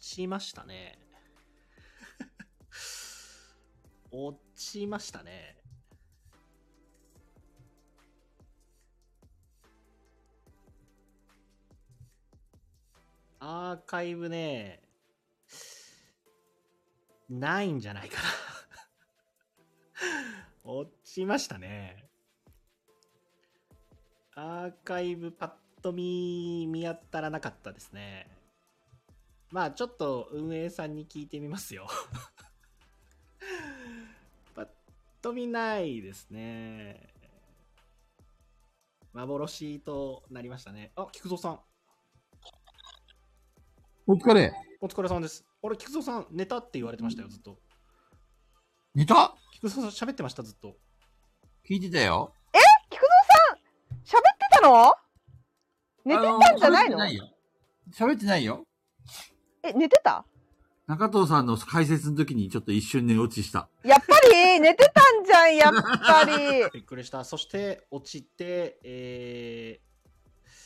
ちましたね。落ちましたね。アーカイブね、ないんじゃないかな。 落ちましたね。アーカイブパッと見、見当たらなかったですね。まあちょっと運営さんに聞いてみますよ。パッと見ないですね。幻となりましたね。あ、菊蔵さん。お疲れ。お疲れ様です。あれ、菊蔵さん、寝たって言われてましたよ、ずっと。寝た菊蔵さん、喋ってました、ずっと。聞いてたよ。菊蔵さん、喋ってたの寝てたんじゃないのあ喋ってないよ。喋ってないよ。え、寝てた中藤さんの解説の時にちょっと一瞬寝落ちした。やっぱり、寝てたんじゃん、やっぱり。いびっくりした。そして、落ちて、え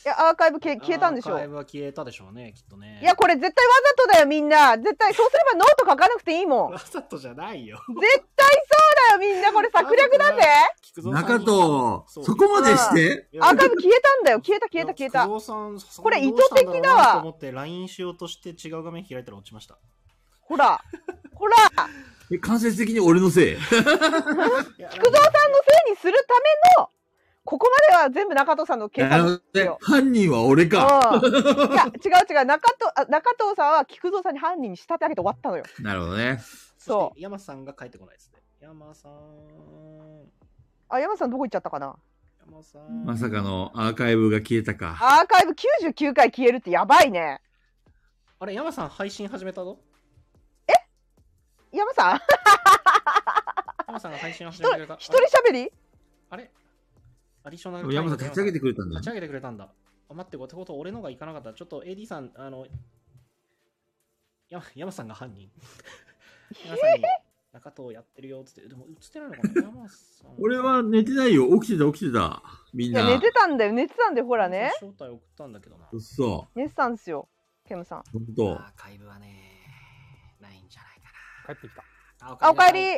や、アーカイブ消ー、え消えたんでしょアーカイブは消えたでしょうね、きっとね。いや、これ絶対わざとだよ、みんな。絶対、そうすればノート書かなくていい もん。わざとじゃないよ。絶対そうだよ、みんな。これ策略だぜ。菊蔵さ中んに。藤、そそうこまでしていやアーカイブ消えたんだよ。消えた、消えた、い消えやた。菊蔵さん、これどうしたんろう意図的なだわと思って、LINE しようとして違う画面開いたら落ちました。ほら。ほら。え間接的に俺のせい。菊蔵さんのせいにするための、ここまでは全部中藤さんの計な画るほなどんですねよ。犯人は俺か。うんいや、違う違う。中藤、あ中藤さんは菊蔵さんに犯人に仕立て上げて終わったのよ。なるほどね。そ。そう山さんが帰ってこないですね。山さん。あ、山さんどこ行っちゃったかな山さん。まさかのアーカイブが消えたか。アーカイブ99回消えるってやばいね。あれ、山さん配信始めたぞ。山さん山さんが配信を一始め人てくれた。 一人喋りあれアディショナルタイム山さん立ち上げてくれたんだ立ち。上げてくれたんだ。あ待って、ってこと俺のがいかなかった。ちょっと AD さん、あの、や山さんが犯人。山さんに中藤やってるよっつって、でも映ってないのかな山さん。 俺は寝てないよ。起きてた、起きてた。みんいな。や、寝てたんだよ。寝てたんだよ。ほらね。招待送ったんだけどな。うっそ。寝てたんですよ。ケムさん。ほんと。アーカイブはね、ないんじゃないか帰ってきた。な。あ、おかえり。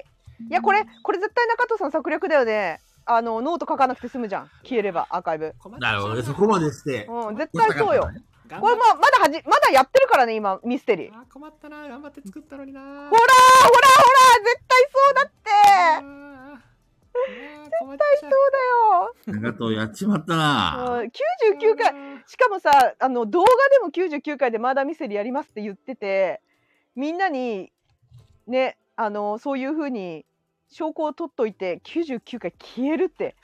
いや、これ、これ絶対中藤さん策略だよね。あの、ノート書かなくて済むじゃん。消えれば、アーカイブ。お帰り。なるほどね。そこまでして。うん、絶対そうよ。頑こ張れっま、まだはじ、まだやってるからね、今、ミステリー。ああー、ほらー困ったな。頑張って作ったのにな。ほら絶対そうだって絶対そうだよ中藤やっちまったな。うん99回。しかもさ、あの、動画でも99回でマーダーミステリーやりますって言ってて、みんなに、ね、あの、そういうふうに、証拠を取っといて、99回消えるって。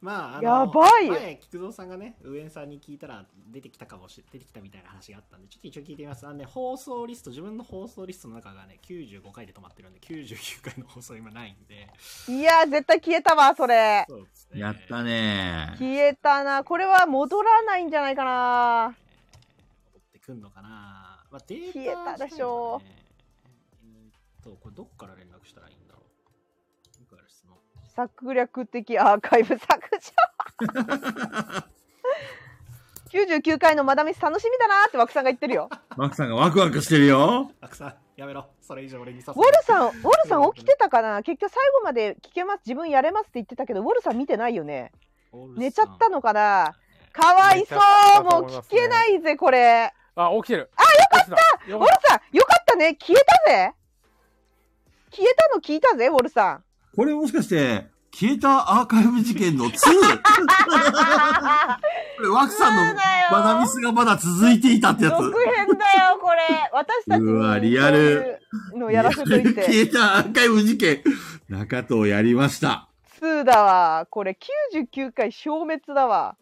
まあ、あのやばいよ前菊蔵さんがね、上園さんに聞いたら出てきたかもしれ出てきたみたいな話があったんで、ちょっと一応聞いてみます。あのね、放送リスト、自分の放送リストの中がね、95回で止まってるんで、99回の放送今ないんで。いやー、絶対消えたわ、それ。そうですね。やったね。消えたな。これは戻らないんじゃないかな。戻ってくんのかなまあ、データ消えたでしょ自体はねえーっと、これどっから連絡したらいいんだろう。いくらですの策略的アーカイブ削除。99回のマダミス楽しみだなーって枠さんが言ってるよ。マクさんがワクワクしてるよ。あくさん、やめろ。それ以上俺にさウォルさん、ウォルさん起きてたかな結局最後まで聞けます、自分やれますって言ってたけど、ウォルさん見てないよね。寝ちゃったのかなかわいそ寝ちゃうったともう思いますね聞けないぜ、これ。あ、起きてる。あ、よかった。ウよォかっルさん、よかったね消えたぜ消えたの聞いたぜ、ウォルさん。これもしかして、消えたアーカイブ事件の 2! こ れ、ワクさんのバナミスがまだ続いていたってやつ。 続編だよ、これ。私たちにうわリアルそういうのやらせとい 消て。えたアーカイブ事件。中藤やりました。 2だわ。これ99回消滅だわ。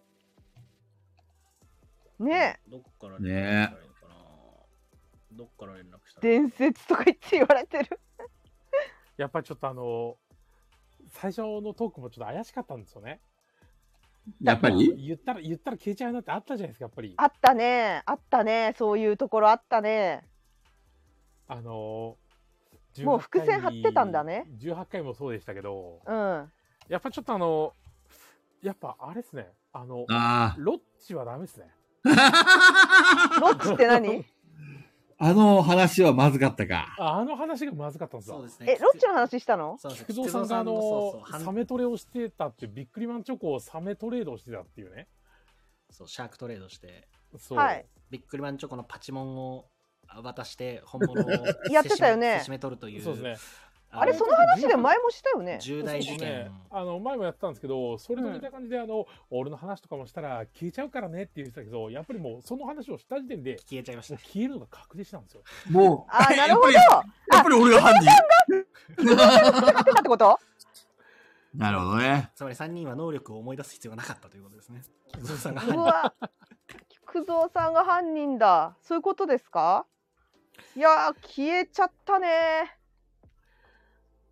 ねどっからね連絡したらいいのかな、どっから連絡したえ、らいいの伝説とか言って言われてる。た。やっぱりちょっとあの、最初のトークもちょっと怪しかったんですよね。やっぱり言ったら、言ったら消えちゃうなってあったじゃないですか、やっぱり。あったね。あったね。そういうところあったね。あの、18もう伏線張ってたんだね回に。18回もそうでしたけど、うん。やっぱちょっとあの、やっぱあれですね。あの、あロッチはダメですね。 ロッチって何 あの話はまずかったか。ああの話がまずかったんですそうよ。ですね。え、ロッチの話したのそうです菊蔵さんがあのそうそうサはんメトレをしてたっていうビックリマンチョコをサメトレードをしてたっていうね。そうシャークトレードして、そう。はいビックリマンチョコのパチモンを渡して、本物をやってたよねせしめ取るという。そうですね。ああれ、その話で前もしたよね。重大事そうです件ね。あの前もやってたんですけど、それと似た感じで、あの俺の話とかもしたら消えちゃうからねって言ってたけど、やっぱりもうその話をした時点で消えちゃいましもたう。消えるのが確定したんですよ。もう。あー、なるほど。やっぱあ、りやっぱり俺が犯人。やってたってこと なるほどね。つまり3人は能力を思い出す必要がなかったということですね。菊蔵さんがうわ、菊蔵さんが犯人だ。そういうことですか？いやー、消えちゃったね。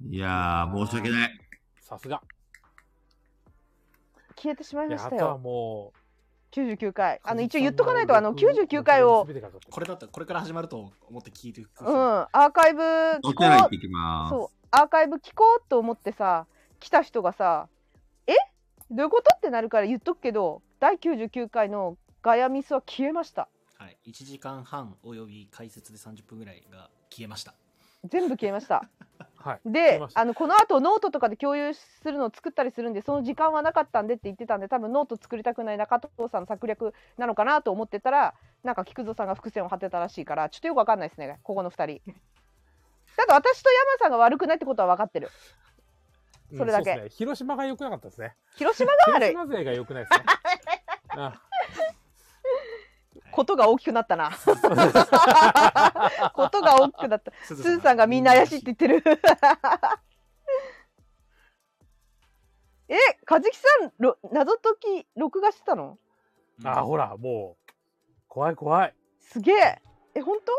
いやー、申し訳ない。さすが。消えてしまいいまやしあたとはよ。も99回。あの一応言っとかないと、あの99回を、これだったらこれから始まると思って聞いてくうだん、さアーカイブ聞おこ手洗い行っうて。きます。そう、アーカイブ聞こうと思ってさ、来た人がさ、え、どういうことってなるから言っとくけど、第99回のガヤミスは消えました。い。はい。1時間半および解説で30分ぐらいが消えました。全部消えま した。はい。消えでましたあのこの後ノートとかで共有するのを作ったりするんでその時間はなかったんでって言ってたんで多分ノート作りたくない中藤さんの策略なのかなと思ってたらなんか菊蔵さんが伏線を張ってたらしいからちょっとよくわかんないですねここの2人。 だって私と山さんが悪くないってことは分かってるうんそれだけうですね広島が良くなかったですね。広島が悪い広島勢が良くな いですね。あことが大きくなった なことが大きくなったすすずさんがみんな怪しいって言ってる え和樹さんろ謎解き録画してたのあ、ほら、もう、怖い怖い。すげえ。え、本当？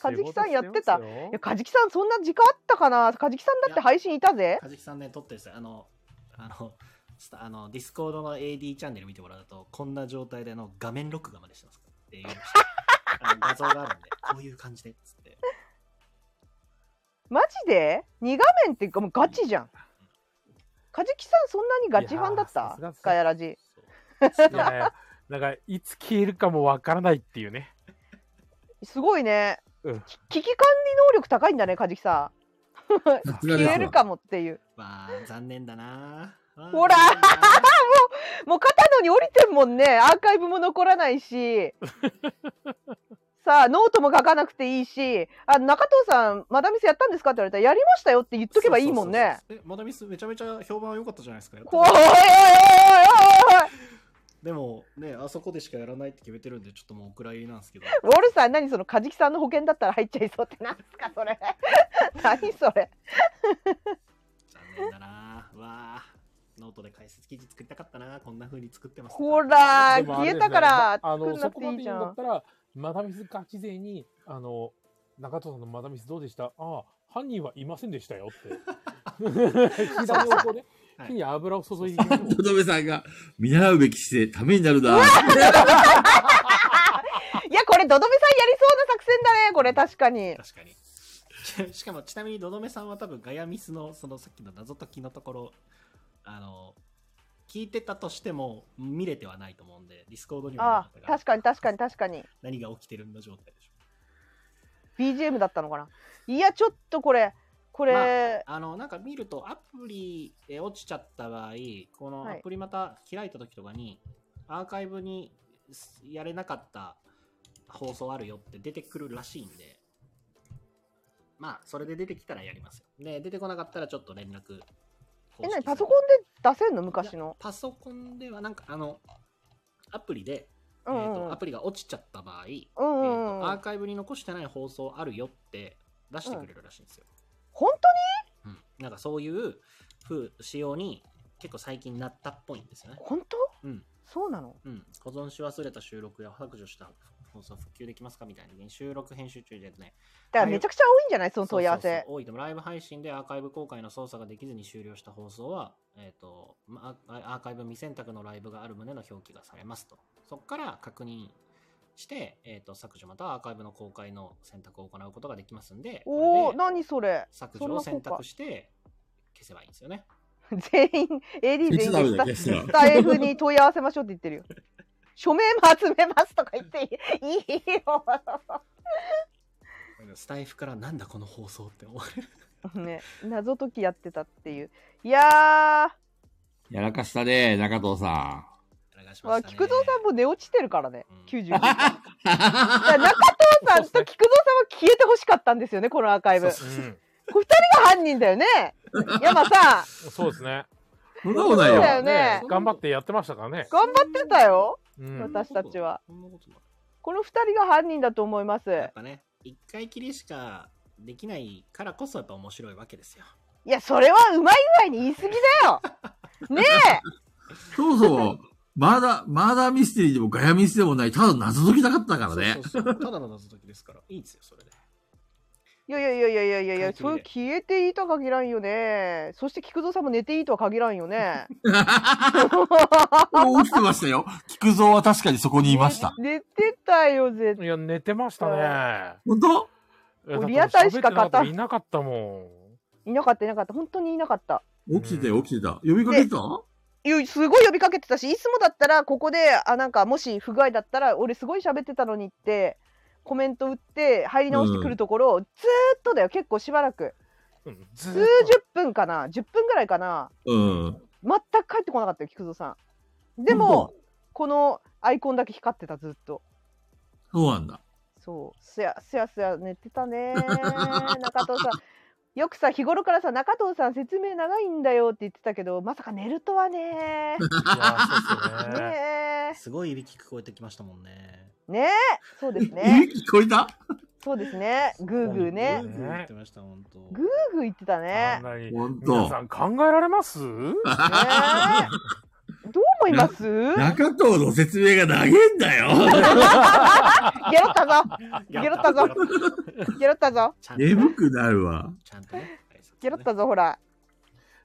カジキさんやってたいや、カジキさんそんな時間あったかな。カジキさんだって配信いたぜ。かじきさんね、撮ってるんですよ。あの、あの、スタあのディスコードの AD チャンネル見てもらうと、こんな状態であの画面録画までしてますからっていう。あの画像があるんで、こういう感じでっつって。マジで？2画面ってもうガチじゃん。カジキさんそんなにガチファンだっいやーさたすがです？ねガヤラジ。そういやいや、なんか、いつ消えるかもわからないっていうね。すごいね。うんき危機管理能力高いんだね、カジキささすん。がです消わえるかもっていう。まあ、残念だなぁ。ほらあー残念だなぁもう肩のに降りてんもんね。アーカイブも残らな いし。さあ、ノートも書かなくていいし、あ中藤さん、マダミスやったんですかって言われたら、やりましたよって言っとけばいいもんそうそうそね。うそう。え、マダミスめちゃめちゃ評判良かったじゃないですか。怖いおいおいおいおいでもね、あそこでしかやらないって決めてるんで、ちょっともうお蔵入りなんですけど。ウォルさん何そのカジキさんの保険だったら入っちゃいそうってなんすかそれ 何それ残念だなぁ。わぁ。ノートで解説記事作りたかったなぁ。こんな風に作ってます。ほらでもあ消れえですねたからあ作の、んなそくこてまいでいいいじんゃだっんたら、マダミスガチ勢に、あの、中藤さんのマダミスどうでしたああ、犯人はいませんでしたよって。左をこうはね、い 火に油を注いでいきましょうとどめさんが、見習うべき姿勢、ためになる な。いやこれドドメさんやりそうな作戦だねこれ確かに確かに。 ちしかも、ちなみに、どどめさんは多分、ガヤミスの、そのさっきの謎解きのところ、あの、聞いてたとしても、見れてはないと思うんで、ディスコードにもあなかったあ確かに確かに確かに何が起きてるんだ状態でしょ。 BGM だったのかないやちょっとこれこれ、あの、なんか見ると、アプリで落ちちゃった場合、このアはいプリまた開いた時とかに、アーカイブにすやれなかった放送あるよって出てくるらしいんで、まあ、それで出てきたらやりますよ。で、出てこなかったらちょっと連絡。公え式サイ何トパソコンで出せんの昔いやのパソコンではなんかあのアプリで、えうんーうんとアプリが落ちちゃった場合、うんえうーんとうアーんカイブに残してない放送あるよって出してくれるらしいんですよ、本うんなんかそういう風仕様に結構最近なったっぽいんですよね当に本当うんそうなのうん保存し忘れた収録や削除した放送は復旧できますかみたいなね収録編集中でねだからめちゃくちゃ多いんじゃないその問い合そわうそうせそう多いでもライブ配信でアーカイブ公開の操作ができずに終了した放送は、えー、とまあアアーカイブ未選択のライブがある旨の表記がされますとそこから確認して、えー、と削除またはアーカイブの公開の選択を行うことができますんでおこれおで何それ 削そん除なを効選果択して消せばいいんですよね全員 AD 全消員しちゃダメだ、スタ消しちゃダメスタイフに問い合わせましょうって言ってるよ。署名も集めますとか言っていいいいよ。スタイフからなんだこの放送って思われる。 ね、謎解きやってたっていう。いややらかしたね、中藤さー、まあ、菊蔵さんも寝落ちてるからねうん、 99。だから中藤さんと菊蔵さんは消えてほしかったんですよね、このアーカイブ。そこうそうれうん二人が犯人だよね。山さん、そうですね。 そんなことないそうよ。だよね頑張ってやってましたからね。頑張ってたよ。うん。私たちはそんなことない。この二人が犯人だと思います。やっぱね、一回きりしかできないからこそやっぱ面白いわけですよ。いや、それはうまい具合に言い過ぎだ よ。ねそもそも、マーダー、マーダーミステリーでもガヤミスでもない、ただ謎解きなかったからね。そうそうそうただの謎解きですから、いいんですよ、それで。え。いやいやいやいやいやいやい関や、係ねそう消えていいとは限らんよね。そして菊蔵さんも寝ていいとは限らんよ ね。もう起きてましたよ。菊蔵は確かにそこにいました。寝てたよ、絶対。いや、寝てましたね。本当いや折り合ったりしか勝たんだって喋ってなかったもいなかったいなかった。本当にいなかった。起きてたよ、起きてた。呼びかけてたいやすごい呼びかけてたしいつもだったらここであなんかもし不具合だったら俺すごい喋ってたのにってコメント打って入り直してくるところ、ずーっとだよ結構しばらくん。うんずーっ数十分かな10分ぐらいかなうん。全く帰ってこなかったよ菊蔵さんで本もこのアイコンだけ光ってたずっとそうなんだ。そうすやすやすや寝てたねー中藤さんよくさ日頃からさ中藤さん説明長いんだよって言ってたけどまさか寝るとはねーといやーそうっすよね。ねすごいいびき聞こえてきましたもんね。ーねーそうですねえ、聞こえたそうですね。グーグーねグ。ーグー言ってました、本当。グーグー言ってたねあん。なに本皆当さん考えられますねえどう思います中藤の説明が長えんだよ。 ゲロったぞゲロったぞゲロったぞちゃんとね眠くなるわ。ちゃんとね。ゲロったぞほら。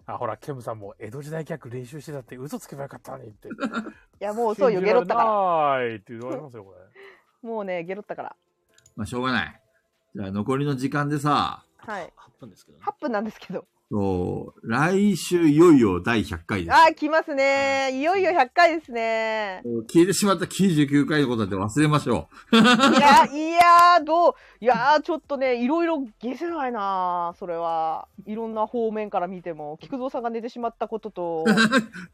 あ、ほら、ケムさんも江戸時代客練習してたって嘘つけばよかったのにって。いやもう遅いよ、信ゲじロらっれたかないって言われま すよ、これ。ら。もうね、ゲロったから。まあ、しょうがない。じゃあ、残りの時間でさ、はい。 8分ですけどね8。分なんですけど。そう、来週いよいよ第100回です。あー、来ますね。いよいよ100回ですね。もう消えてしまった99回のことだって忘れましょいや、いやー、どう、いやー、ちょっとね、いろいろ消せないなーそれは。いろんな方面から見ても、菊蔵さんが寝てしまったこ とと、う。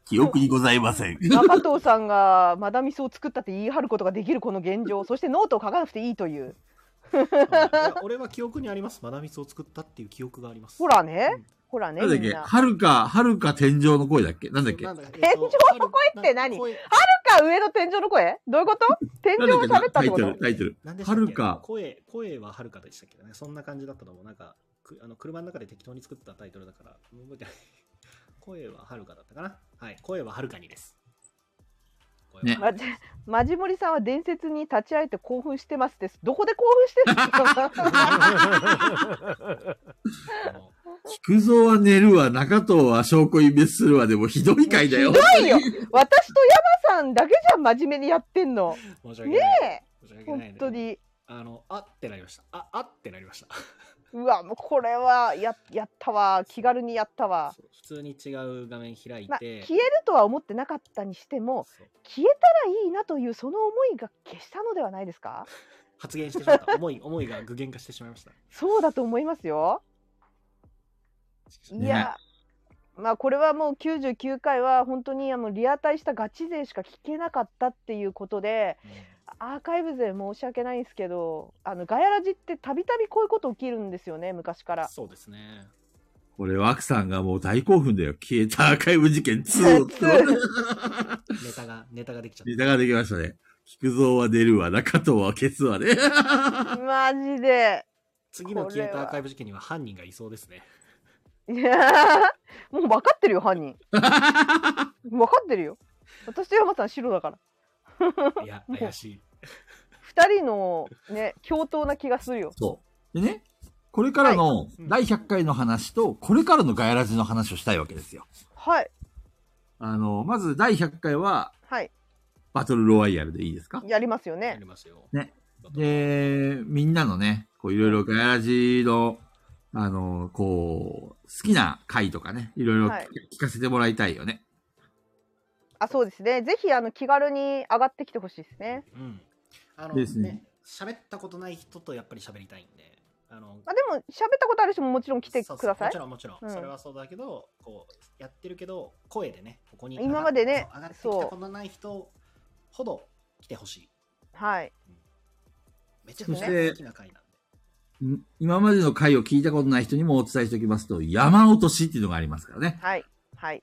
記憶にございません。中藤さんがマダミスを作ったって言い張ることができるこの現状そしてノートを書かなくていいというはいいや俺は記憶にあります。マダミスを作ったっていう記憶があります。ほらねうんほらねなんだっみんけなははるか、はるか天井の声だっけなんだっけななんだっけ天井の声って何声るか上の天井の声どういうこと天井をんだっ喋けったタってイこトル、とタイトル。何でしたはっけるか、声声ははるかでしたっけねそんな感じだったと思うなんかくあの車の中で適当に作ったタイトルだから覚えてない 声ははるかだったかなはい声ははるかにです声はねまじマジモリさんは伝説に立ち会えて興奮してますですどこで興奮してるのあの菊蔵は寝るわ、中藤は証拠隠滅するわ、でもひどい回だよ。 ひどいよ私と山さんだけじゃん真面目にやってんの申し訳ねない、え申し訳ない本当にあのあってなりましたああってなりましたうわもうこれはややったわ気軽にやったわそう普通に違う画面開いまあ、て、消えるとは思ってなかったにしてもそう消えたらいいなというその思いが消したのではないですか発言してしまった思い思いが具現化してしまいましたそうだと思いますよ。いねや、まあこれはもう99回は本当にあのリアタイしたガチ勢しか聞けなかったっていうことでうんアーカイブ勢申し訳ないんですけどあのガヤラジってたびたびこういうこと起きるんですよね昔から。そうですねこれ、枠さんがもう大興奮だよ。消えたアーカイブ事件2。 2ネタがネタができちゃったネタができましたね。菊蔵は出るわ、中藤は消すわね。 マジで次の消えこれたはアーカイブ事件には犯人がいそうですねいやーもう分かってるよ犯人分かってるよ私と山さん白だからい や怪しい2人のね共闘な気がするよそう。でね、これからの第100回の話と、これからのガヤラジの話をしたいわけですよ。はいあの、まず第100回は、はいバトルロワイヤルでいいですかやりますよねありますよ。ねだと。で、みんなのね、こういろいろガヤラジの、あの、こう、好きな回とかね、いろいろ聞,、はいかせてもらいたいよね。あそうですね。ぜひあの気軽に上がってきてほしいですね。うん。あのですねね、喋ったことない人とやっぱり喋りたいんで。あのあでも喋ったことある人ももちろん来てそうくださいそうもちろんもちろん、うんそれはそうだけどこうやってるけど声でねここに今までね上がってきたそうことのない人ほど来てほしいはいめちゃくちそゃして好きな回なんでん今までの回を聞いたことない人にもお伝えしておきますと、山落としっていうのがありますからね。はいはい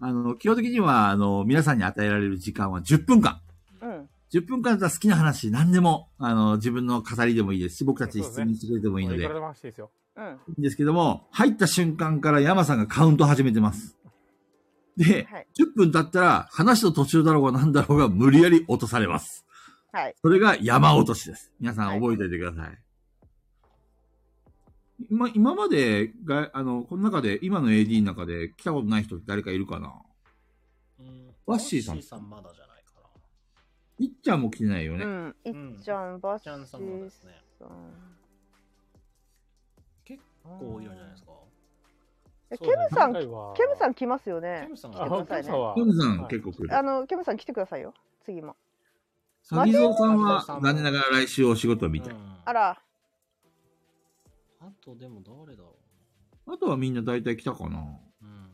あの、基本的には、あの、皆さんに与えられる時間は10分間。うん10分間だったら好きな話、何でも、あの、自分の語りでもいいですし、僕たちに質問してくれてもいいのいで、くらでも話していいですよ。うんいいんですけども、入った瞬間から山さんがカウント始めてます。で、はい10分経ったら、話の途中だろうが何だろうが無理やり落とされます。はいそれが山落としです。皆さんはい覚えておいてください。今、今までが、あの、この中で、今の AD の中で来たことない人って誰かいるかなうんワッシーさんワッまだじゃないかないっちゃんも来てないようね。んいっちゃんばっジャンさんもですね結構いるんじゃないですかえそうだねケムさん今回はケムさん来ますよねケムさんあが来てくださいねケムさんはトムさんはい結構来る。あのケムさん来てくださいよ次もサギゾウさんはマテオさんも残念ながら来週お仕事みたい。うんあらあとでも誰だろあとはみんな大体来たかなうなうん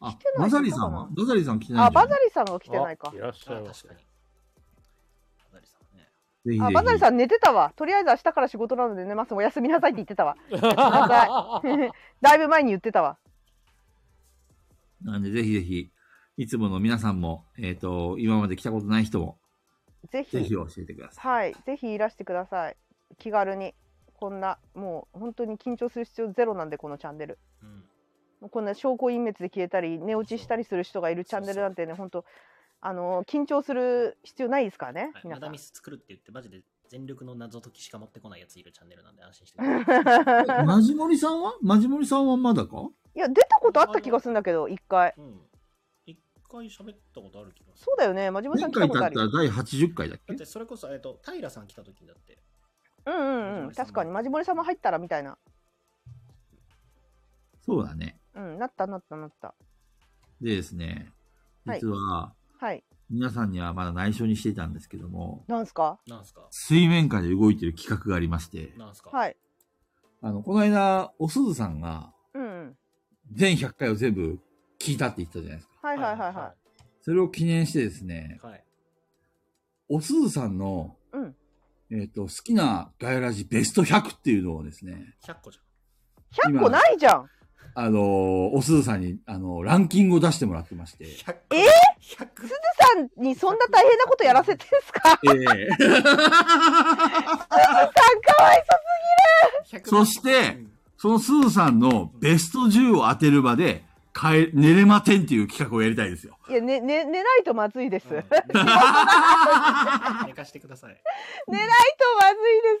あ来て、バない人かなザリさんはバザリさん来てないあんじゃバなザいリさんが来てないかあいらっしあゃい確ま かにバザせ。リさんねぜひぜあひバザリさん寝てたわとりあえず明日から仕事なので寝ますおやすみなさいって言ってたわ だいぶ前に言ってたわなんで、ぜひぜひ、いつもの皆さんも、えっ、と、今まで来たことない人も、ぜひぜひ教えてください。はい、ぜひいらしてください。気軽に。こんな、もう本当に緊張する必要ゼロなんで、このチャンネル。うんこんな証拠隠滅で消えたり、寝落ちしたりする人がいるチャンネルなんてね、本当、あのー緊張する必要ないですからねは、い、マ皆さダんミ。ス作るって言ってマジで全力の謎解きしか持ってこないやついるチャンネルなんで安心してください マジモリさんはマジモリさんはまだかいや、出たことあった気がするんだけど、一回。 うん一回喋ったことある気がするそうだよね、真島前さん来た回こだっとたあらるよ。第80回だっだけってそれこそ、えっと、平さん来た時にだってうんうん真う島さんもん、確かに、マジモリ様入ったらみたいな。そうだね。うん、なったなったなった。でですね、はい実は、はい、皆さんにはまだ内緒にしていたんですけども、なんすかなんすか水面下で動いてる企画がありまして、なんすかはい。あの、この間、おすずさんが、うんうん、全100回を全部聞いたって言ってたじゃないですか。はいはいはいはいそれを記念してですね、はいはいおすずさんの、うんえっ、と、好きなガヤラジベスト100っていうのをですね、 100個じゃん。 100個ないじゃんあのーおすずさんに、あのーランキングを出してもらってまして、 100えー、100? さんにそんな大変なことやらせてんすかええさんかわい100そしてうん そのすずさんのベスト10を当てる場で、かえ、寝れまてんっていう企画をやりたいですよ。そういや、ね、ね、寝ないとまずいです。 うん寝ないと寝かしてください。まずい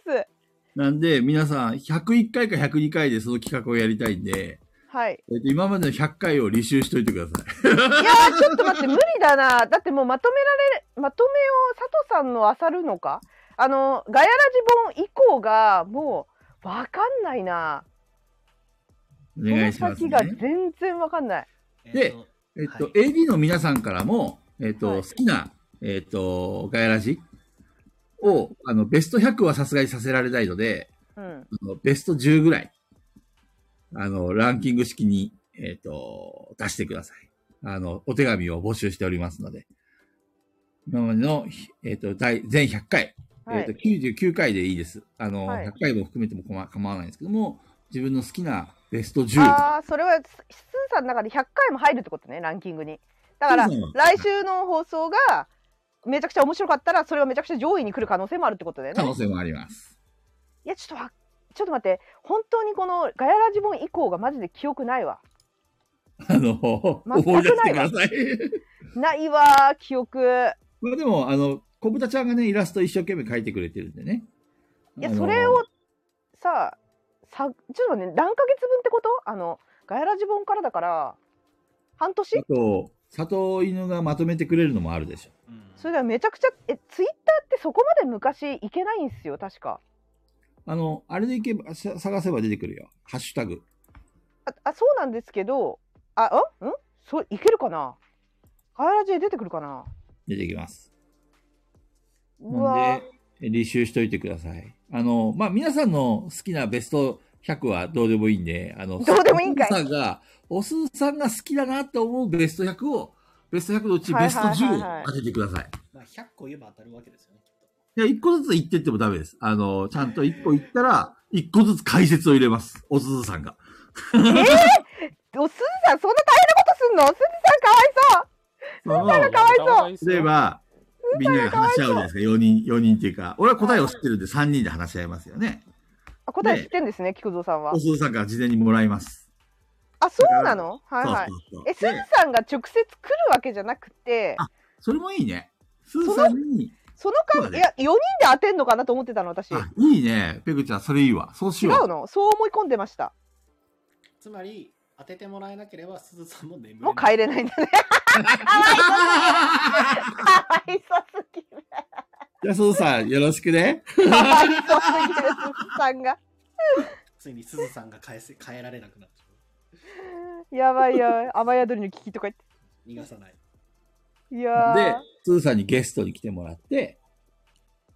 です。なんで、皆さん、101回か102回でその企画をやりたいんで、はい。えっと、今までの100回を履修しといてください。いやー、ちょっと待って、無理だな。だってもうまとめられる、まとめを佐藤さんの漁るのかあの、ガヤラジ本以降が、もう、わかんないな。おそ願のいします、先ね。が全然わかんない。でえーとえっと、はい AD の皆さんからも、えっと、はい好きな、えっと、ガヤラジを、あの、ベスト100はさすがにさせられないので、うん。あのベスト10ぐらい、あの、ランキング式に、えっと、出してください。あの、お手紙を募集しておりますので、今までの、えっと、第全100回、はえっとい。 99回でいいです。あの、はい100回も含めても構わ構わないんですけども、自分の好きなベスト10。あー、それは、すすーさんの中で100回も入るってことね、ランキングに。だから、そうそう来週の放送が、めちゃくちゃ面白かったら、それがめちゃくちゃ上位に来る可能性もあるってことだよね可。能性もあります。いやちょっとわちょっと待って本当にこのガヤラジ本以降がマジで記憶ないわあの、全く思い出してください。 ないわ記憶まあでも、あの、小豚ちゃんがね、イラスト一生懸命描いてくれてるんでね。いやあのそれを。ささちょっと待って何ヶ月分ってことあのガヤラジ本からだから半年あと、里犬がまとめてくれるのもあるでしょ。うんそれではめちゃくちゃえツイッターってそこまで昔いけないんすよ確かあの、あれでいけば、さ探せば出てくるよ。ハッシュタグ。ああそうなんですけどあんんそいけるかなガヤラジで出てくるかな出てきます。うなわんで、履修しといてください。あの、まあ、皆さんの好きなベスト100はどうでもいいんで、あの、どうでもいいんかいおすーさんが、おすーさんが好きだなって思うベスト100を、ベスト100のうちベストはいはいはいは10いを当ててください。まあ、100個言えば当たるわけですよね、きっと。いや、一個ずつ言ってってもダメです。あの、ちゃんと一個言ったら、一個ずつ解説を入れます。おすずさんが。 おすずさんそんな大変なことすんのすずさんかわいあのかわいそうそう例えば、みんなで話し合うじゃないですか。4人、四人っていうか、俺は答えを知ってるんで3人で話し合いますよね。そうあ答え知ってんですね菊蔵さんはおすずさんから事前にもらいます。あそうなのはいはいそうそうそうえすずでさんが直接来るわけじゃなくてあそれもいいね。すずさんに、そのそうだ間、ねいや4人で当てんのかなと思ってたの私違あ、いいね。ペグちゃん、それいいわ。そうしよう。うのそう思い込んでましたつまり、当ててもらえなければ、すずさんも眠れないもう帰れないんだ ねかわいそうすぎるじゃあ、すずさん、よろしくね。かわいそうすぎるすずさんがついにすずさんが変えせ変えられなくなっちゃやばいやばい雨宿りの危機とか言っう。逃がさない。ていやーで、スーさんにゲストに来てもらって、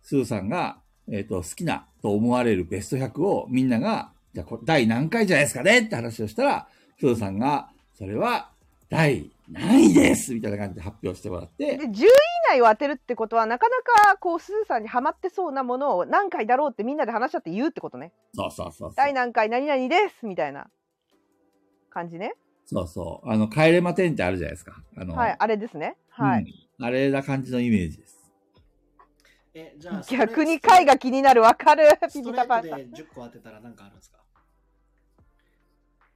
スーさんが、えっ、と、好きなと思われるベスト100をみんなが、じゃあこれ、第何回じゃないですかねって話をしたら、スーさんが、それは、第何位ですみたいな感じで発表してもらってで、10位以内を当てるってことはなかなかこうすずさんにはまってそうなものを何回だろうってみんなで話し合って言うってことねそうそうそうそう第。何回何々ですみたいな感じねそうそう。あの、帰れま10ってあるじゃないですか。あの、はいあれですねはい、うんあれな感じのイメージです。え、じゃあ、逆に回が気になるわかるピスピトレタパーントさんで10個当てたら何かあるんですか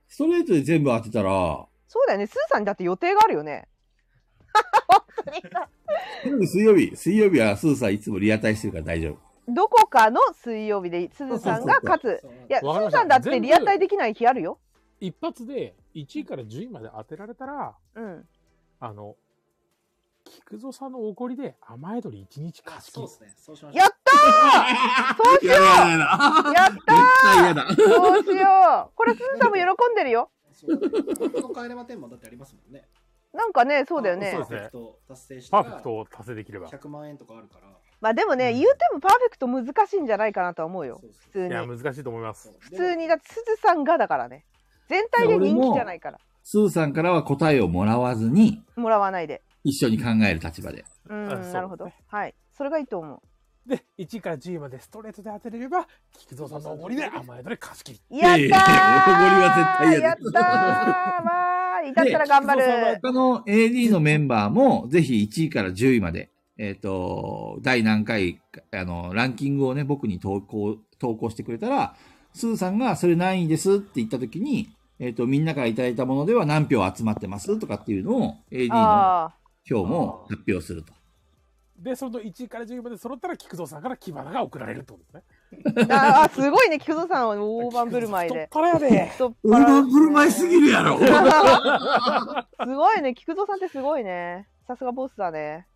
ストレートで全部当てたら、そうだよねすずさんにだって予定があるよね本当にさ水曜日、水曜日はスーさんいつもリアタイしてるから大丈夫。どこかの水曜日ですずさんが勝つそうなんいだやすわかりずましたさんだってリアタイできない日あるよ一発で1位から10位まで当てられたら、うんあの、菊蔵さんのおごりで甘えどり1日あ貸し切そうりですね。そうしましょやったそうしようやだやだーやっ絶対た嫌ーだ。そうしようこれすずさんも喜んでるよう。そうだねこの帰れま10もだってありますもんね。なんかねそうだよねあそうパーでフすねェクト達成したらパーフェクトを達成できれば。い100万円とかあるから。まあでもね、うん言うてもパーフェクト難しいんじゃないかなとは思うよそうそう普通にや、難しいと思いますそう。普通にだってすずさんがだからね全体で人気じゃないからスーさんからは答えをもらわずに、もらわないで一緒に考える立場で。うあそうでんすねなるほどはいそれがいいと思で、1位から10位までストレートで当てれれば、菊蔵さんのおごりで甘えどり貸し切り。うやったー、いやいやおごりは絶対嫌だやったーわーいだったら頑張で菊蔵さんはる他の AD のメンバーも、ぜひ1位から10位まで、えっ、と、第何回か、あの、ランキングをね、僕に投稿、投稿してくれたら、スーさんがそれ何位ですって言った時に、えっ、と、みんなからいただいたものでは何票集まってますとかっていうのを AD のあ票も発表すると。で、その1位から10位まで揃ったら、菊蔵さんから木花が送られるってことですね。ーあーすごいね菊蔵さんは大盤振る舞いで太っ腹やで。 太っ大盤振るま舞いすぎるやろ すごいね菊蔵さんってすごいねさすがボスだね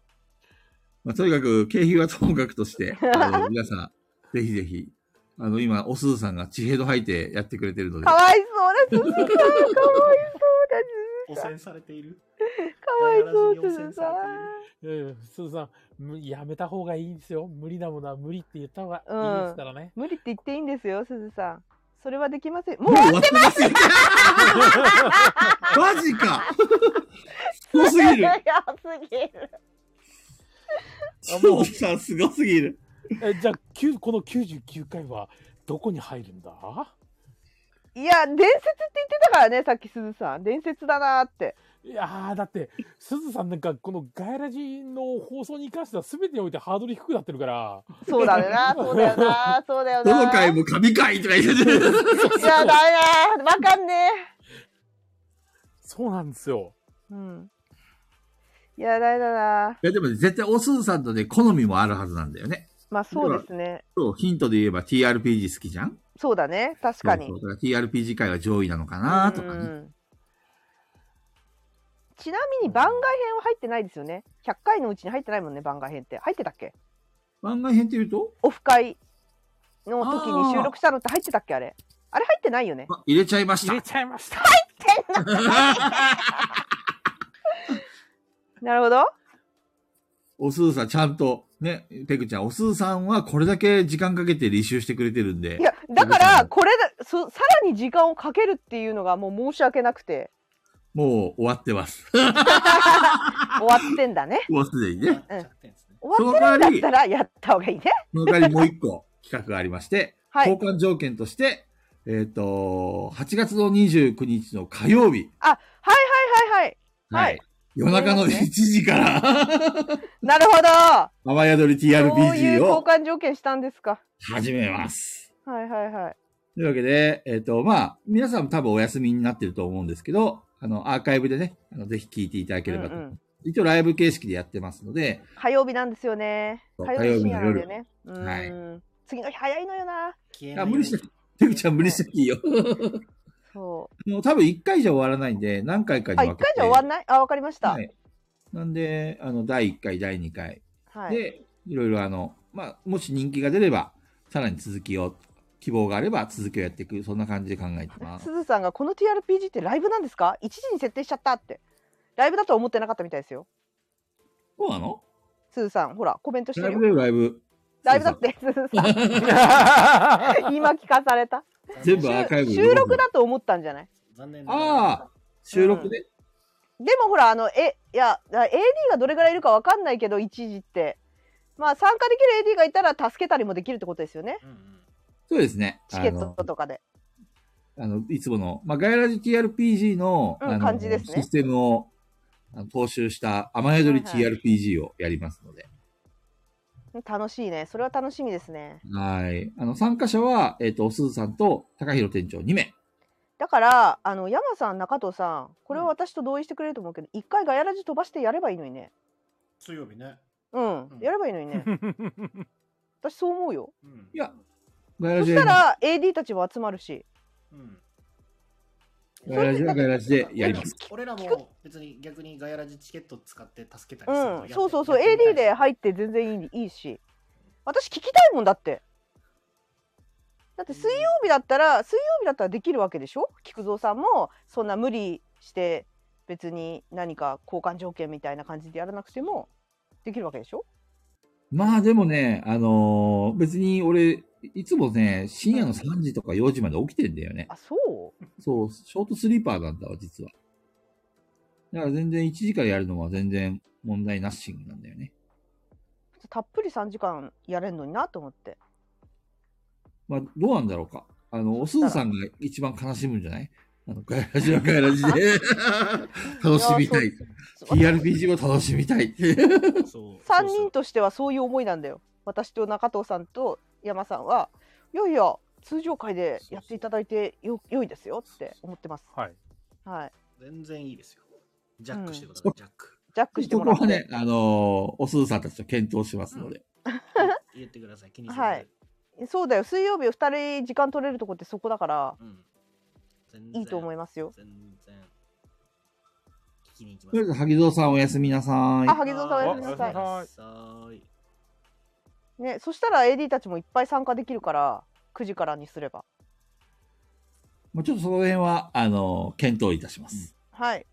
まあ、とにかく、経費はともかくと して、あの皆さん、ぜひぜひ、あの、今、おすずさんが地平度吐いてやってくれてるのでか、わいそうだすずさんかわいそうだ汚染されている。 かわいそうすずさんうん、すずさんむ、やめた方がいいんですよ。無理なものは無理って言った方がいいですからね。無理って言っていいんですよ、すずさん。それはできません。ももうう終終わわっってます よマジかすごすぎ てるるやすぎる。すずさん、すごすぎる。えじゃあ、きゅうこの99回はどこに入るんだいや、伝説って言ってたからね、さっきすずさん。伝説だなーって。いやー、だって、すずさんなんか、このガイラジの放送に関しては全てにおいてハードル低くなってるから。そうだよな、そうだよな、そうだよな。どの回も神回とか言ってて。 いや、だめだ、わかんねそうなんですよ。え。うん。いや、だめだな。いや、でもね、絶対おすずさんとね、好みもあるはずなんだよね。まあ、そうですね。そう、ヒントで言えば TRPG 好きじゃんそうだね、確かにそう。そうだから TRPG 界は上位なのかなとかうね。んちなみに番外編は入ってないですよね。100回のうちに入ってないもんね、番外編って。入ってたっけ番外編って言うと、オフ会の時に収録したのって入ってたっけあれあれ入ってないよねあ入れちゃいました入れ。ちゃいま した。なるほどおすーさん、ちゃんと、ね、ペグちゃん、おすーさんはこれだけ時間かけて履修してくれてるんでい、やそだかうですらねこれだそさらに時間をかけるっていうのがもう申し訳なくてもう終わってます。 終わってんだねもうすでに終わねっ。ちゃってんですね。終わってるんだったらやった方がいいねその代わりもう一個企画がありまして、はい交換条件として、えっ、と、8月の29日の火曜日、はいはいはいはいはい夜中のそうですね1時 から、なるほど雨宿りそういう TRPG 交を換条件したんですか始めます。はいはいはいというわけで、えっ、と、まあ、皆さんも多分お休みになってると思うんですけど、あの、アーカイブでね、あのぜひ聞いていただければと、うんうん一応ライブ形式でやってますので、火曜日なんですよねそう火曜日深夜なんだよねうの夜ーん次の日早いのよな消えなあいよう無に理して、ペグちゃん無理していいよ。そうもう多分1回じゃ終わらないんで、何回かにあ、分一けて。回じゃ終わんないあ、わかりました。は。はいい。なんで、あの、第1回、第2回。で、いろいろあの、まあ、もし人気が出れば、さらに続きを、希望があれば続きをやっていく、そんな感じで考えてますす。ずさんがこの TRPG ってライブなんですか？一時に設定しちゃったって。ライブだとは思ってなかったみたいですよ。そうなのすずさん、ほらコメントしてライるブよ。だよ、ライブ。ライブだってすずさ ん。 今聞かされた。全部アーカイブ収に収録だと思ったんじゃない？残念ながら。ああ、収録で。でもほらあのえいやだ AD がどれぐらいいるかわかんないけど一時って。まあ参加できる AD がいたら助けたりもできるってことですよね。うんうんそうですね。チケットとかで。あの、いつもの、まあ、ガイラジ TRPG の、うんあの感じですねシステムを、あの踏襲した雨宿り TRPG をやりますので。楽しいね。それは楽しみですね。はい。あの、参加者は、えっ、と、おすずさんと、高弘店長2名。だからあの山さん中藤さんこれは私と同意してくれると思うけど一、回ガヤラジ飛ばしてやればいいのにね水曜日ね。うん、うんやればいいのにね私そう思うようんいやガイそラジしたら AD たちも集まるしうんガイラジはガイラジでやります。俺らも別に逆にガヤラジチケット使って助けたうりするのやっんてそうそうそうやってみたい AD しで入って全然いいいいし私聞きたいもんだってだって水曜日だったら水曜日だったらできるわけでしょ菊蔵さんもそんな無理して別に何か交換条件みたいな感じでやらなくてもできるわけでしょまあでもね、あのー別に俺、いつもね、深夜の3時とか4時まで起きてんだよね。あそうそう、ショートスリーパーなんだわ、実は。だから全然1時からやるのは全然問題なしなんだよね。たっぷり3時間やれんのになと思ってまあ、どうなんだろうか。あの、おすずさんが一番悲しむんじゃないあの、ガイラジはガイラジで、 楽しみたい。TRPG を楽しみたい。 そう3人としてはそういう思いなんだよ私と中藤さんと山さんはいやいや通常会でやっていただいてよ良いですよって思ってますはい。はい全然いいですよ。ジャックしてくださういん、ジャッ ク。ジャックしてそもこらって、はね、あのーおすずさんたちと検討しますので。言ってください、気にせず。はいそうだよ水曜日2人時間取れるとこってそこだからうん。全然いいと思いますよ全然。聞きに行きまとりあえず、す。萩蔵さんおやすみなさい。あ萩蔵さんおやすみなおさやすみなさい。い、ね、そしたら AD たちもいっぱい参加できるから9時からにすればもうちょっとその辺は、あの、検討いたします。はい、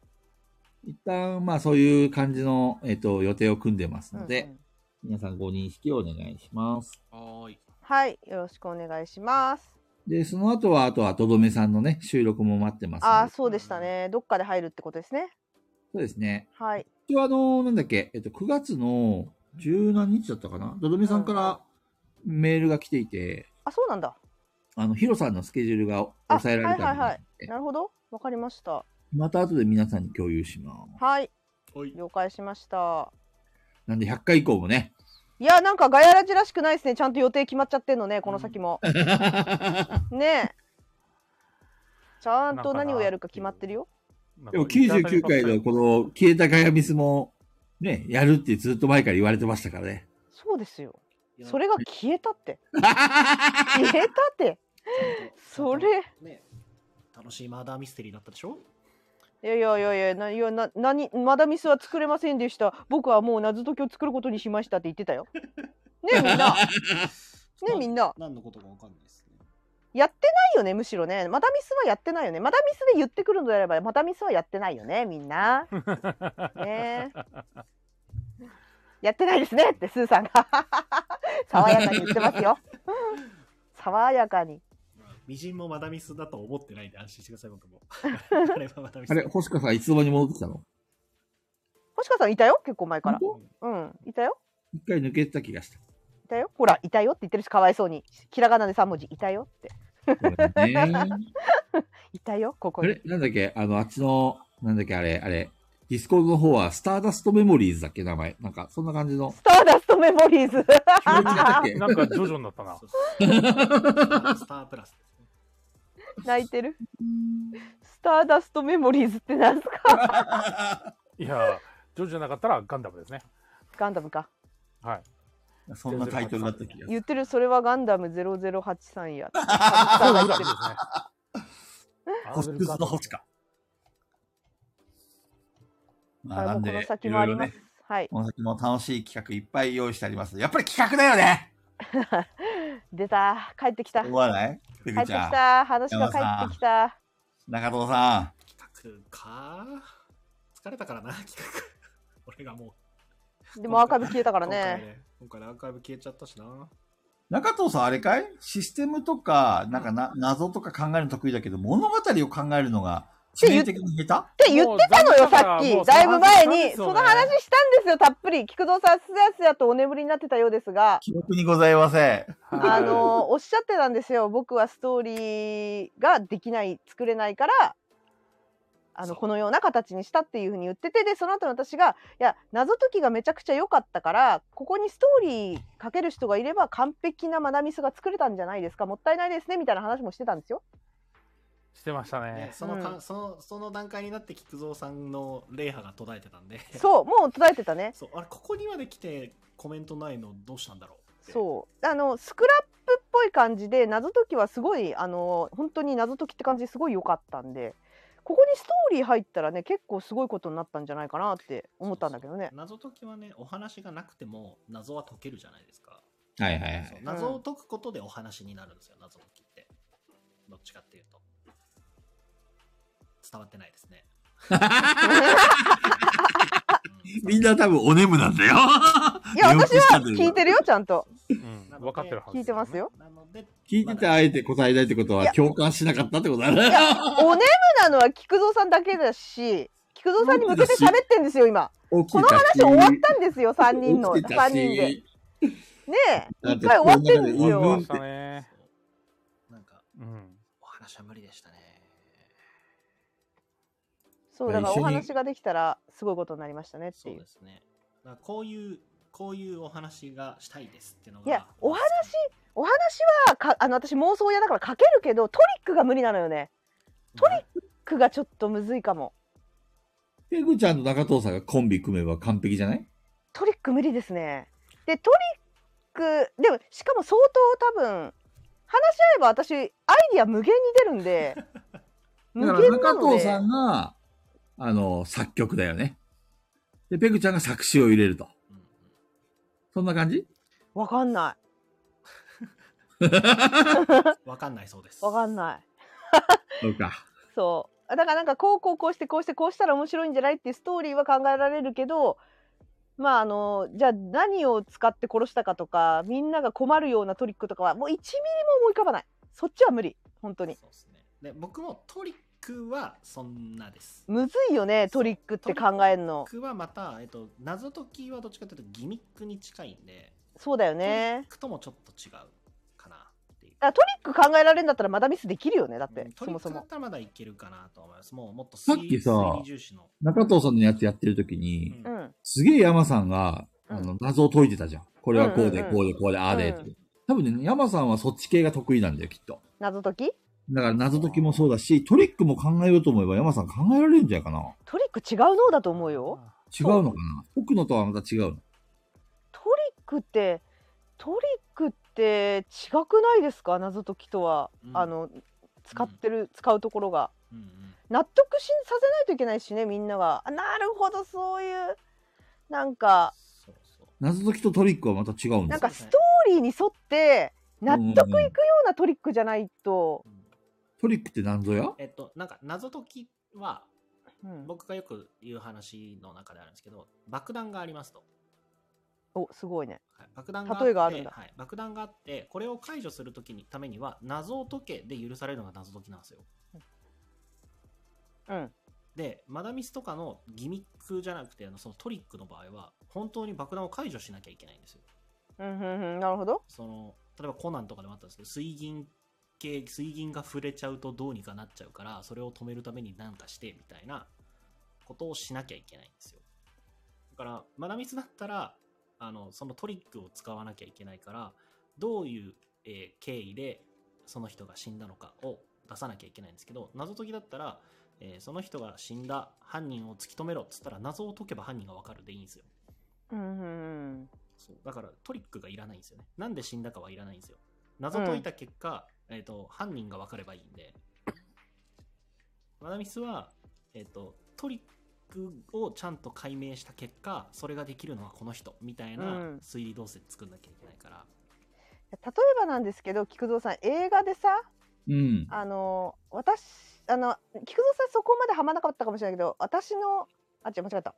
一旦、まあそういう感じの、えっ、と、予定を組んでますので、うんうん皆さんご認識をお願いします。はーい。はいよろしくお願いしますで、その後は、あとは、とどめさんのね、収録も待ってますのでああそうでしたねどっかで入るってことですねそうですね。はい一応、あの、なんだっけ、えっ、と、9月の十何日だったかなとどめさんからメールが来ていて、あそうなんだあの、ヒロさんのスケジュールが抑えられたので、あはいはいなるほどわかりましたまた後で皆さんに共有します。はいおい。了解しましたなんで、100回以降も ね、いやなんかガヤラジらしくないですねちゃんと予定決まっちゃってんのねこの先も、ね えちゃんと何をやるか決まってるよでも99回のこの消えたガヤミスもね、やるってずっと前から言われてましたから ね。そうですよそれが消えたって消えたってそれ。ね。楽しいマーダーミステリーだったでしょいやいやいやいやないやな何まだミスは作れませんでした僕はもう謎解きを作ることにしましたって言ってたよねえみんなねえみんな何のことかわかんないですね。やってないよねむしろねまだミスはやってないよねまだミスで言ってくるのであればまだミスはやってないよねみんなねえやってないですねってスーさんが 爽やかに言ってますよ爽やかにみじんもマダミスだと思ってないんで安心してください、 僕も。あれはマダミス。あれ、星川さんいつの間に戻ってきたの星川さんいたよ結構前から本うんいたよ当一回抜けてた気が した。いたよほらいたよって言ってるしかわいそうにひらがなで3文字いたよってこれねいたよここあにれなんだっけあの、あっちの、なんだっけあれ、あれ。ディスコードの方は、スターダストメモリーズだっけ名前。なんか、そんな感じの。スターダストメモリーズ急にだっけ なんか徐々になったなそ。うそうスタープラスですね。泣いてるスターダストメモリーズって何すかいや、徐々じゃなかったらガンダムですね。ガンダムかはい。そんなタイトルだった気がす言ってるそれはガンダム0083や そあうがだ言ってる裏でする。ね。星屑の星か。まあ、あなもんうこので、先いもろあいりろますね、はいこの先も楽しい企画いっぱい用意してあります。やっぱり企画だよね出た帰ってきた思わないペグ帰ってきちゃん、た話が帰ってきた中藤さ企画か疲れたからな、企画。 俺がもう。でもアーカイブ消えたから今回ねね。今回ねアーカイブ消えちゃったしな。ん。中藤さん、あれかいシステムとか、なんかな、謎とか考えるの得意だけど、物語を考えるのが、致命的に下って言ってたのよさっきだいぶ前にその話したんですよたっぷり菊蔵さんすやすやとお眠りになってたようですが手記憶にございません。あのおっしゃってたんですよ僕はストーリーができない作れないからあのそうこのような形にしたっていうふうに言っててでその後の私が「いや謎解きがめちゃくちゃ良かったからここにストーリーかける人がいれば完璧なマダミスが作れたんじゃないですかもったいないですね」みたいな話もしてたんですよ。してましたねね、。そのか、うんそのその段階になって菊蔵さんの霊波が途絶えてたんで。そうもう途絶えてたね。そうあれここにまで来てコメントないのどうしたんだろうってそうあのスクラップっぽい感じで謎解きはすごいあの本当に謎解きって感じですごい良かったんでここにストーリー入ったらね結構すごいことになったんじゃないかなって思ったんだけどね。謎解きはねお話がなくても謎は解けるじゃないですか、はいはいはそうい。謎を解くことでお話になるんですよ謎解きってどっちかっていうと伝わってないですね、うんみんな多分お眠なんだよ。いや寝起私きしたはんだよ聞いてるよちゃんと。うんなので分かってるはず。聞いてますよなので聞いててあえて答えないってこといはや共感しなかったってことだね。おねむなのは菊蔵さんだけだし菊蔵さんに向けて喋ってんですよ今。ここの話終わったんですよ3人の3起きてたし人で。ねえだって一回終わってんですこ聞のい中よてま。したね。そうなんかうん。お話は無理でしたねそうだから一緒おに話ができたらすごいことになりましたねってそういうで。すねだからこういうこういうお話がしたいですっていうのがいやお話お話はかあの私妄想屋だから書けるけどトリックが無理なのよね。トリトリックがちょっとむずいかも。ペグちゃんと中藤さんがコンビ組めば完璧じゃないトリック無理ですね。でトリックでもしかも相当多分話し合えば私アイディア無限に出るんで無だから限な中の藤さでんが、あの、作曲だよね。で、ペグちゃんが作詞を入れると。うんうんそんな感じわかんなわかんないそうですいわかんない。そうか。そうだからなんかこうこうこうしてこうしてこうしたら面白いんじゃないっていうストーリーは考えられるけどまああのじゃあ何を使って殺したかとかみんなが困るようなトリックとかはもう1ミリも思い浮かばないそっちは無理本当にそうですね。で、僕もトリックはそんなです。むずいよねトリックって考えるトのリックはまた、えっと、謎解きはどっちかというとギミックに近いんで、そうだよトリねックともちょっと違うかなっていう。だからトリック考えられるんだったらまだミスできるよねだって、うんトそリもッそクだっもたらまだいけるかなと思います。もうもっと推さっきさ推理重視の。中藤さんのやつやってる時に、うんうんすげえ山さんが、うんあの、謎を解いてたじゃん。これはこうで、うんうんうんこうで、こうで、ああで、うんって多分ね、山さんはそっち系が得意なんだよ、きっと。謎解きだから謎解きもそうだし、トリックも考えようと思えば山さん考えられるんじゃないかな。トリック違うのだと思うよ違うのかな奥のとはまた違うの。トリックってトリックって違くないですか謎解きとは、うんあの使ってる、使うところがうんうん納得しさせないといけないしねみんながあなるほどそういうなんかそうそう。謎解きとトリックはまた違うんだなん。かストーリーに沿って納得いくようなトリックじゃないと、うんトリックって何ぞやえっと、なんか謎解きは、うん僕がよく言う話の中であるんですけど、爆弾がありますと。おすごいね。はい、爆弾があって例えがあるんだはい、爆弾があってこれを解除するときにためには謎を解けで許されるのが謎解きなんですようん。でマダミスとかのギミックじゃなくてあのそのトリックの場合は本当に爆弾を解除しなきゃいけないんですようんうんうん。なるほど。その例えばコナンとかでもあったんですけど水銀系水銀が触れちゃうとどうにかなっちゃうからそれを止めるために何かしてみたいなことをしなきゃいけないんですよだからマダミスだったらあのそのトリックを使わなきゃいけないからどういう、えー経緯でその人が死んだのかを出さなきゃいけないんですけど謎解きだったら、えーその人が死んだ犯人を突き止めろっつったら謎を解けば犯人がわかるでいいんですようんうんうん。そうだからトリックがいらないんですよね。なんで死んだかはいらないんですよ。謎解いた結果、えっと犯人が分かればいいんで。マダミスは、えっとトリックをちゃんと解明した結果それができるのはこの人みたいなうん推理動線作んなきゃいけないから、例えばなんですけど菊蔵さん映画でさうん。あの私あの菊蔵さんそこまではまなかったかもしれないけど私のあ違う間違った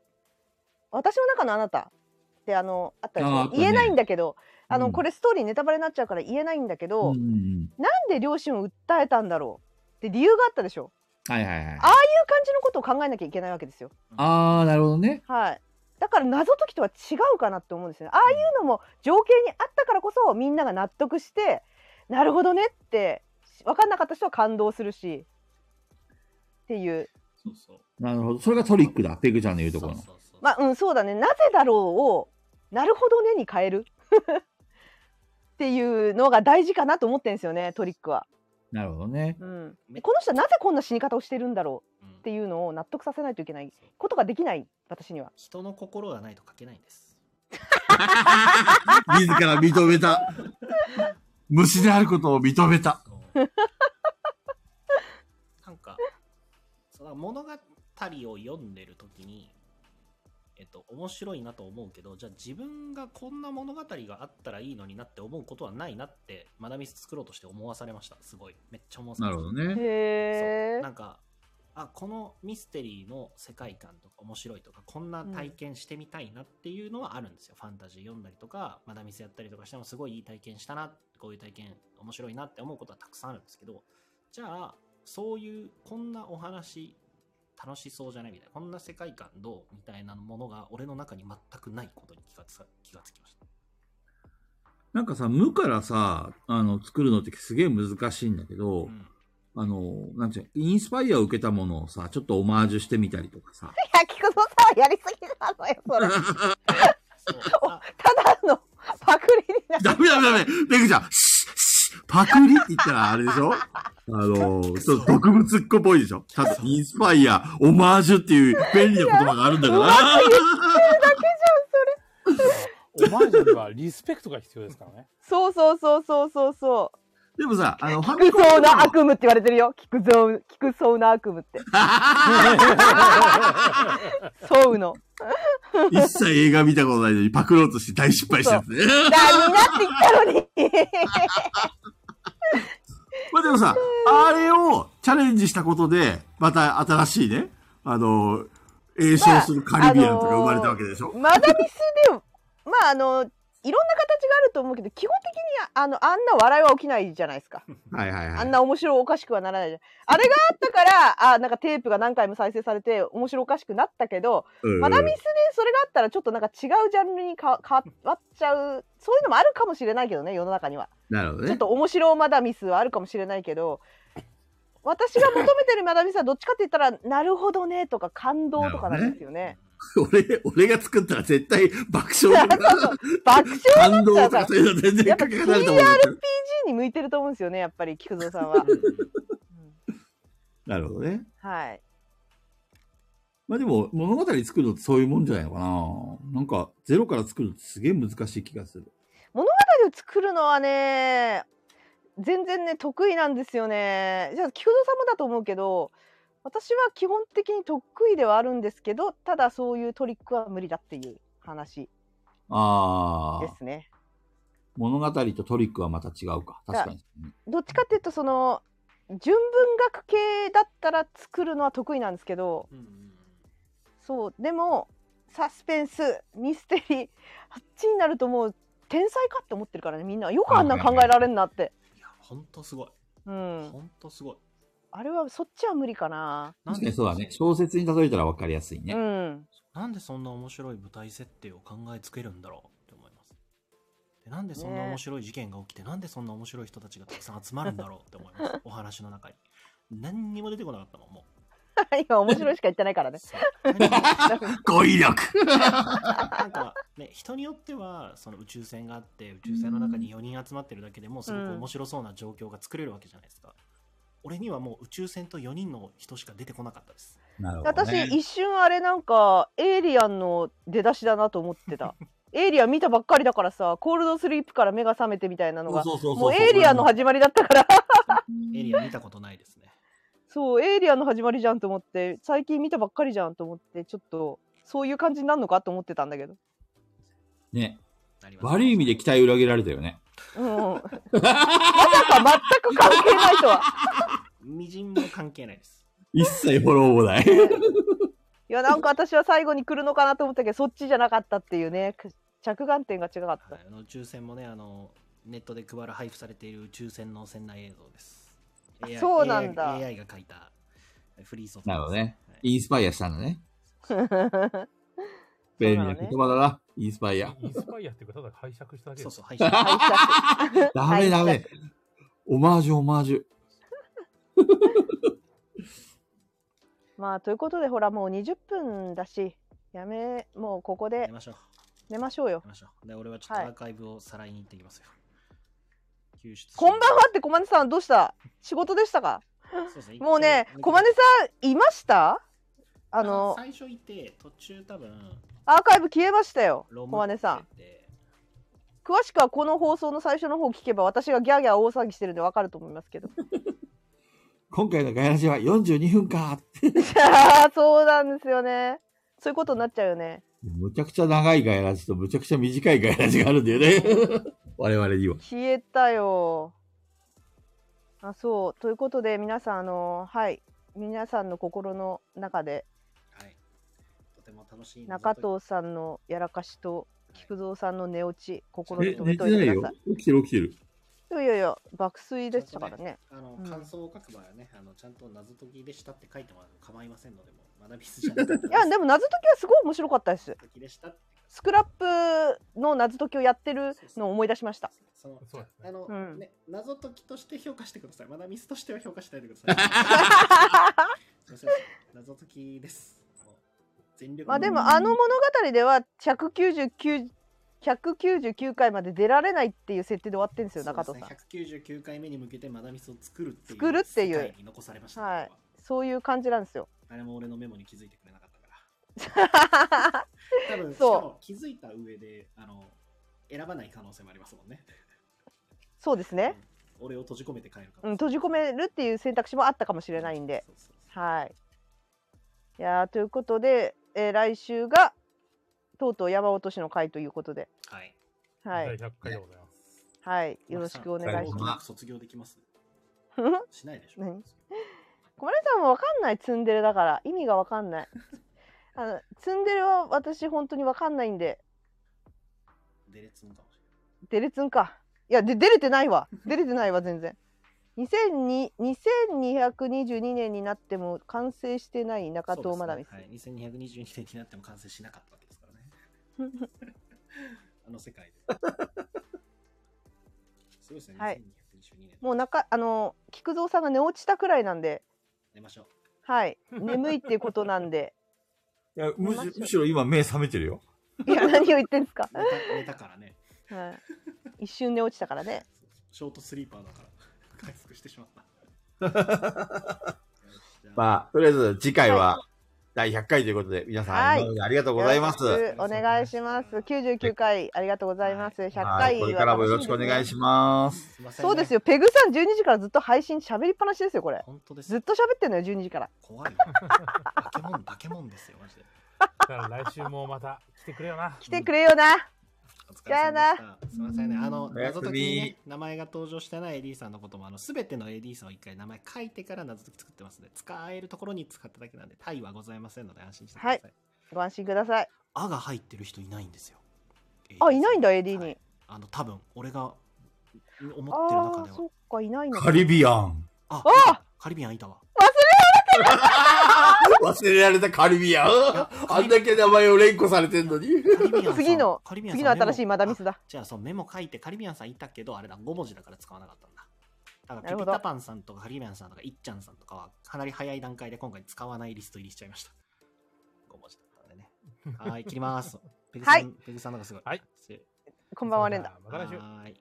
私の中のあなたってあのあったでしああっょ、たね言えないんだけどあの、うんこれストーリーネタバレになっちゃうから言えないんだけど、うんうんなんで両親を訴えたんだろうって理由があったでしょはいはいはい。あそういう感じのことを考えなきゃいけないわけですよあー、なるほどね。はいだから謎解きとは違うかなって思うんですよねああいうのも情景にあったからこそみんなが納得してなるほどねって分かんなかった人は感動するしっていうそうそうなるほど。それがトリックだ。ペグちゃんの言うところのそ。うそうそうまあうんそうだねなぜだろうをなるほどねに変える っていうのが大事かなと思ってんですよねトリックは、なるほどね。うんめ、この人はなぜこんな死に方をしてるんだろううっんていうのを納得させないといけないそうことができない私には人の心がないと書けないんです。自ら認め た。虫であることを認めた。そう なんか、その物語を読んでる時に、えっと、面白いなと思うけど、じゃあ自分がこんな物語があったらいいのになって思うことはないなって、マダミス作ろうとして思わされました。すごい。めっちゃ思わされなましるほた。どね。へそうえなんかあこのミステリーの世界観とか面白いとかこんな体験してみたいなっていうのはあるんですよ、ファンタジー読んだりとかまだミスやったりとかしてもすごいいい体験したなこういう体験面白いなって思うことはたくさんあるんですけどじゃあそういうこんなお話楽しそうじゃないみたいなこんな世界観どうみたいなものが俺の中に全くないことに気がつか気がつきましたなんかさ、無からさ、あの、作るのってすげえ難しいんだけど、うんあの、なんていうの、インスパイアを受けたものをさ、ちょっとオマージュしてみたりとかさ。いや菊蔵さんはやりすぎなのよそれそうあただのパクリになるダメダメダメペグちゃん、シッシッパクリって言ったらあれでしょあの、ちょっと毒物っ子っぽいでしょただ、インスパイア、オマージュっていう便利な言葉があるん だから。オマージュにはリスペクトが必要ですからね。そうそうそうそうそうそうでもさ、あの、ファ菊蔵のの悪夢って言われてるよ菊蔵菊蔵の悪夢ってソウの一切映画見たことないのにパクろうとして大失敗したやつね。だになってきたのに まあでもさ、あれをチャレンジしたことで、また新しいね、あの、栄唱するカリビアンとか生まれたわけでしょ、マダミスでまああのいろんな形があると思うけど基本的にあのあんな笑いは起きないじゃないですかはいはいはい。あんな面白おかしくはならないじゃんあれがあったからあなんかテープが何回も再生されて面白おかしくなったけどうんマダミスでそれがあったらちょっとなんか違うジャンルにか変わっちゃうそういうのもあるかもしれないけどね世の中にはなるほどちょっね。と面白マダミスはあるかもしれないけど私が求めてるマダミスはどっちかって言ったらなるほどねとか感動とかなんですよね俺、俺が作ったら絶対爆笑 とか、爆笑感動とだかっそういうの全然やっぱかけ離れたもんだった。 PG に向いてると思うんですよねやっぱり菊蔵さ んは、うんなるほどね。はいまあでも、物語作るのってそういうもんじゃないのかななんか、ゼロから作るのってすげえ難しい気がする。彼を作るのはね全然ね得意なんですよねじゃあ菊蔵さんもだと思うけど私は基本的に得意ではあるんですけどただそういうトリックは無理だっていう話あであ、すね物語とトリックはまた違うか。確かに。どっちかっていうとその純文学系だったら作るのは得意なんですけどうんうんうんそうでもサスペンスミステリーあっちになるともう天才かって思ってるからねみんなよくあんなん考えられんなって、いや、ほんとすごい。うんほんとすごい。あれはそっちは無理かななん確かでにそうだね。小説に例えたら分かりやすいね。うんなんでそんな面白い舞台設定を考えつけるんだろうって思います。でなんでそんなね面白い事件が起きて、なんでそんな面白い人たちがたくさん集まるんだろうって思います。お話の中に。何にも出てこなかったもん、もう。今面白いしか言ってな いからねそう何も語彙力なんかね、人によってはその宇宙船があって宇宙船の中に4人集まってるだけでもすごく面白そうな状況が作れるわけじゃないですか、俺にはもう宇宙船と4人の人しか出てこなかったですなるほど、私ね。一瞬あれなんかエイリアンの出だしだなと思っ てたエイリアン見たばっかりだからさコールドスリープから目が覚めてみたいなのがそうそうそうそうもうエイリアンの始まりだったからエリア見たことないですね そうエイリアンの始まりじゃんと思って最近見たばっかりじゃんと思ってちょっとそういう感じになるのかと思ってたんだけどね。なります悪い意味で期待裏切られたよね。うん まさか全く関係ないとはみじんも関係ないです一切フォローもない。いやなんか私は最後に来るのかなと思ったけどそっちじゃなかったっていうねく着眼点が違かっはいあの宇宙船もねあのネットで配ら配布されている宇宙船の船内映像ですあそうなんだ AI, AI が書いたフリーソフトですなるほどねはいインスパイアしたんだね。 た便利な言葉だな。インスパイア。インスパイアっていうか、ただ拝借しただけそでうす。そう配信拝借ダメダはいメ。オマージュオマージュ。まあということでほらもう20分だしやめもうここやりでましょう寝ましょうよやりましょうで俺はちょっとアーカイブをさらいに行ってきますよ、救出こんばんはってコマネさんどうした仕事でしたかそうですもうね一回コマネさんいましたあの最初いて途中多分アーカイブ消えましたよロコムマネさんってて詳しくはこの放送の最初の方聞けば私がギャーギャー大騒ぎしてるんでわかると思いますけど 今回のガヤラジは42分か。そうなんですよねそういうことになっちゃうよねむちゃくちゃ長いガヤラジとむちゃくちゃ短いガヤラジがあるんだよ ね。我々には。消えたよあそうということで皆さんあのはい皆さんの心の中ではいとても楽しい中藤さんのやらかしと菊蔵さんの寝落ち心にえ、留め寝といてなていくだよさい。起きてる起きてる。いやいやいや爆睡でしたからねあのうん感想を書く場合はね、あのちゃんと謎解きでしたって書いてもらう構いませんの でもまだミスじゃなくていやでも謎解きはすごい面白かったです謎解きでしたってスクラップの謎解きをやってるのを思い出しましたそのそうですねあの、うんね謎解きとして評価してくださいまだミスとしては評価しないでく ださいすいません謎解きですもう全力まあでもあの物語では199 199回まで出られないっていう設定で終わってるんですよ中藤さんそうですね、199回目に向けてマダミスを作るっていう作るっていう世界に残されましたね、はいここそういう感じなんですよ誰も俺のメモに気づいてくれなかった から多分しかそうも気づいた上であの選ばない可能性もありますもんねそうですね俺を閉じ込めて帰るかうん、閉じ込めるっていう選択肢もあったかもしれないんで。そうそうそうはい。いやーということで、えー来週がとうとう山落としの回ということで、はいはい、第100回でございます。はい、よろしくお願いし小ま学卒業できますす。小しないでしょ何丸さんもわかんないツンデレだから意味がわかんない。あのツンデレは私本当にわかんないんで、デレツンかもしれデレツンか。いやで出れてないわ、出れてないわ全然。2002 2222年になっても完成してないない中藤まだみそうですねはい、2222年になっても完成しなかったわけですからね あの世界ですごいですね、はい2222年もう中あの菊蔵さんが寝落ちたくらいなんで、寝ましょうはい、眠いっていうことな んで、いやむし、むしろ今目覚めてるよ。いや何を言ってんですか、寝た寝たからね はい、一瞬寝落ちたからね。ショートスリーパーだから回復してしまった。 あ、まあ、とりあえず次回は第100回ということで、皆さはんい今までありがとうございます。よはろしくお願いします。99回ありがとうございます。100い、回これからもよろしくお願いします。すいません、そうですよ。よ。ペグさん12時からずっと配信喋りっぱなしですよこれ。本当ですずっよ。と喋ってんのよ12時から。怖いよ。バケモン、バケモンですよ、マジで。だから来週もまた来てくれよな。来てくれよな。お疲れ様でした。すみませんね。あの、おやすみ謎解きに、ね、名前が登場してない AD さんのことも、あの、すべての AD さんを一回名前書いてから謎解き作ってますので、使えるところに使っただけなんで、対はございませんので、安心してください。ご安心ください。あが入ってる人いないんですよ。あいないんだ AD はにい。あの、多分俺が思ってるあ中であはそ。っかいないのかカ。リビアン。ああカリビアンいたわ。忘れられたカリビアン。あんだけ名前を連呼されてんのに。カリビアンさん次の、カリビアンさ次んの新しいマダミスだ。じゃあそうメモ書いてカリビアンさんいたけどあれだ5文字だから使わなかったんだ。だからなるピほピどタパンさんとかカリビアンさんとかいっちゃんさんとかはかなり早い段階で今回使わないリスト入りしちゃいました。5文字だった んでね。はーい、切ります。ペグさん、はいペグさんの方がすごい。はい失礼。 こんばんはレンダ。また来週はーい。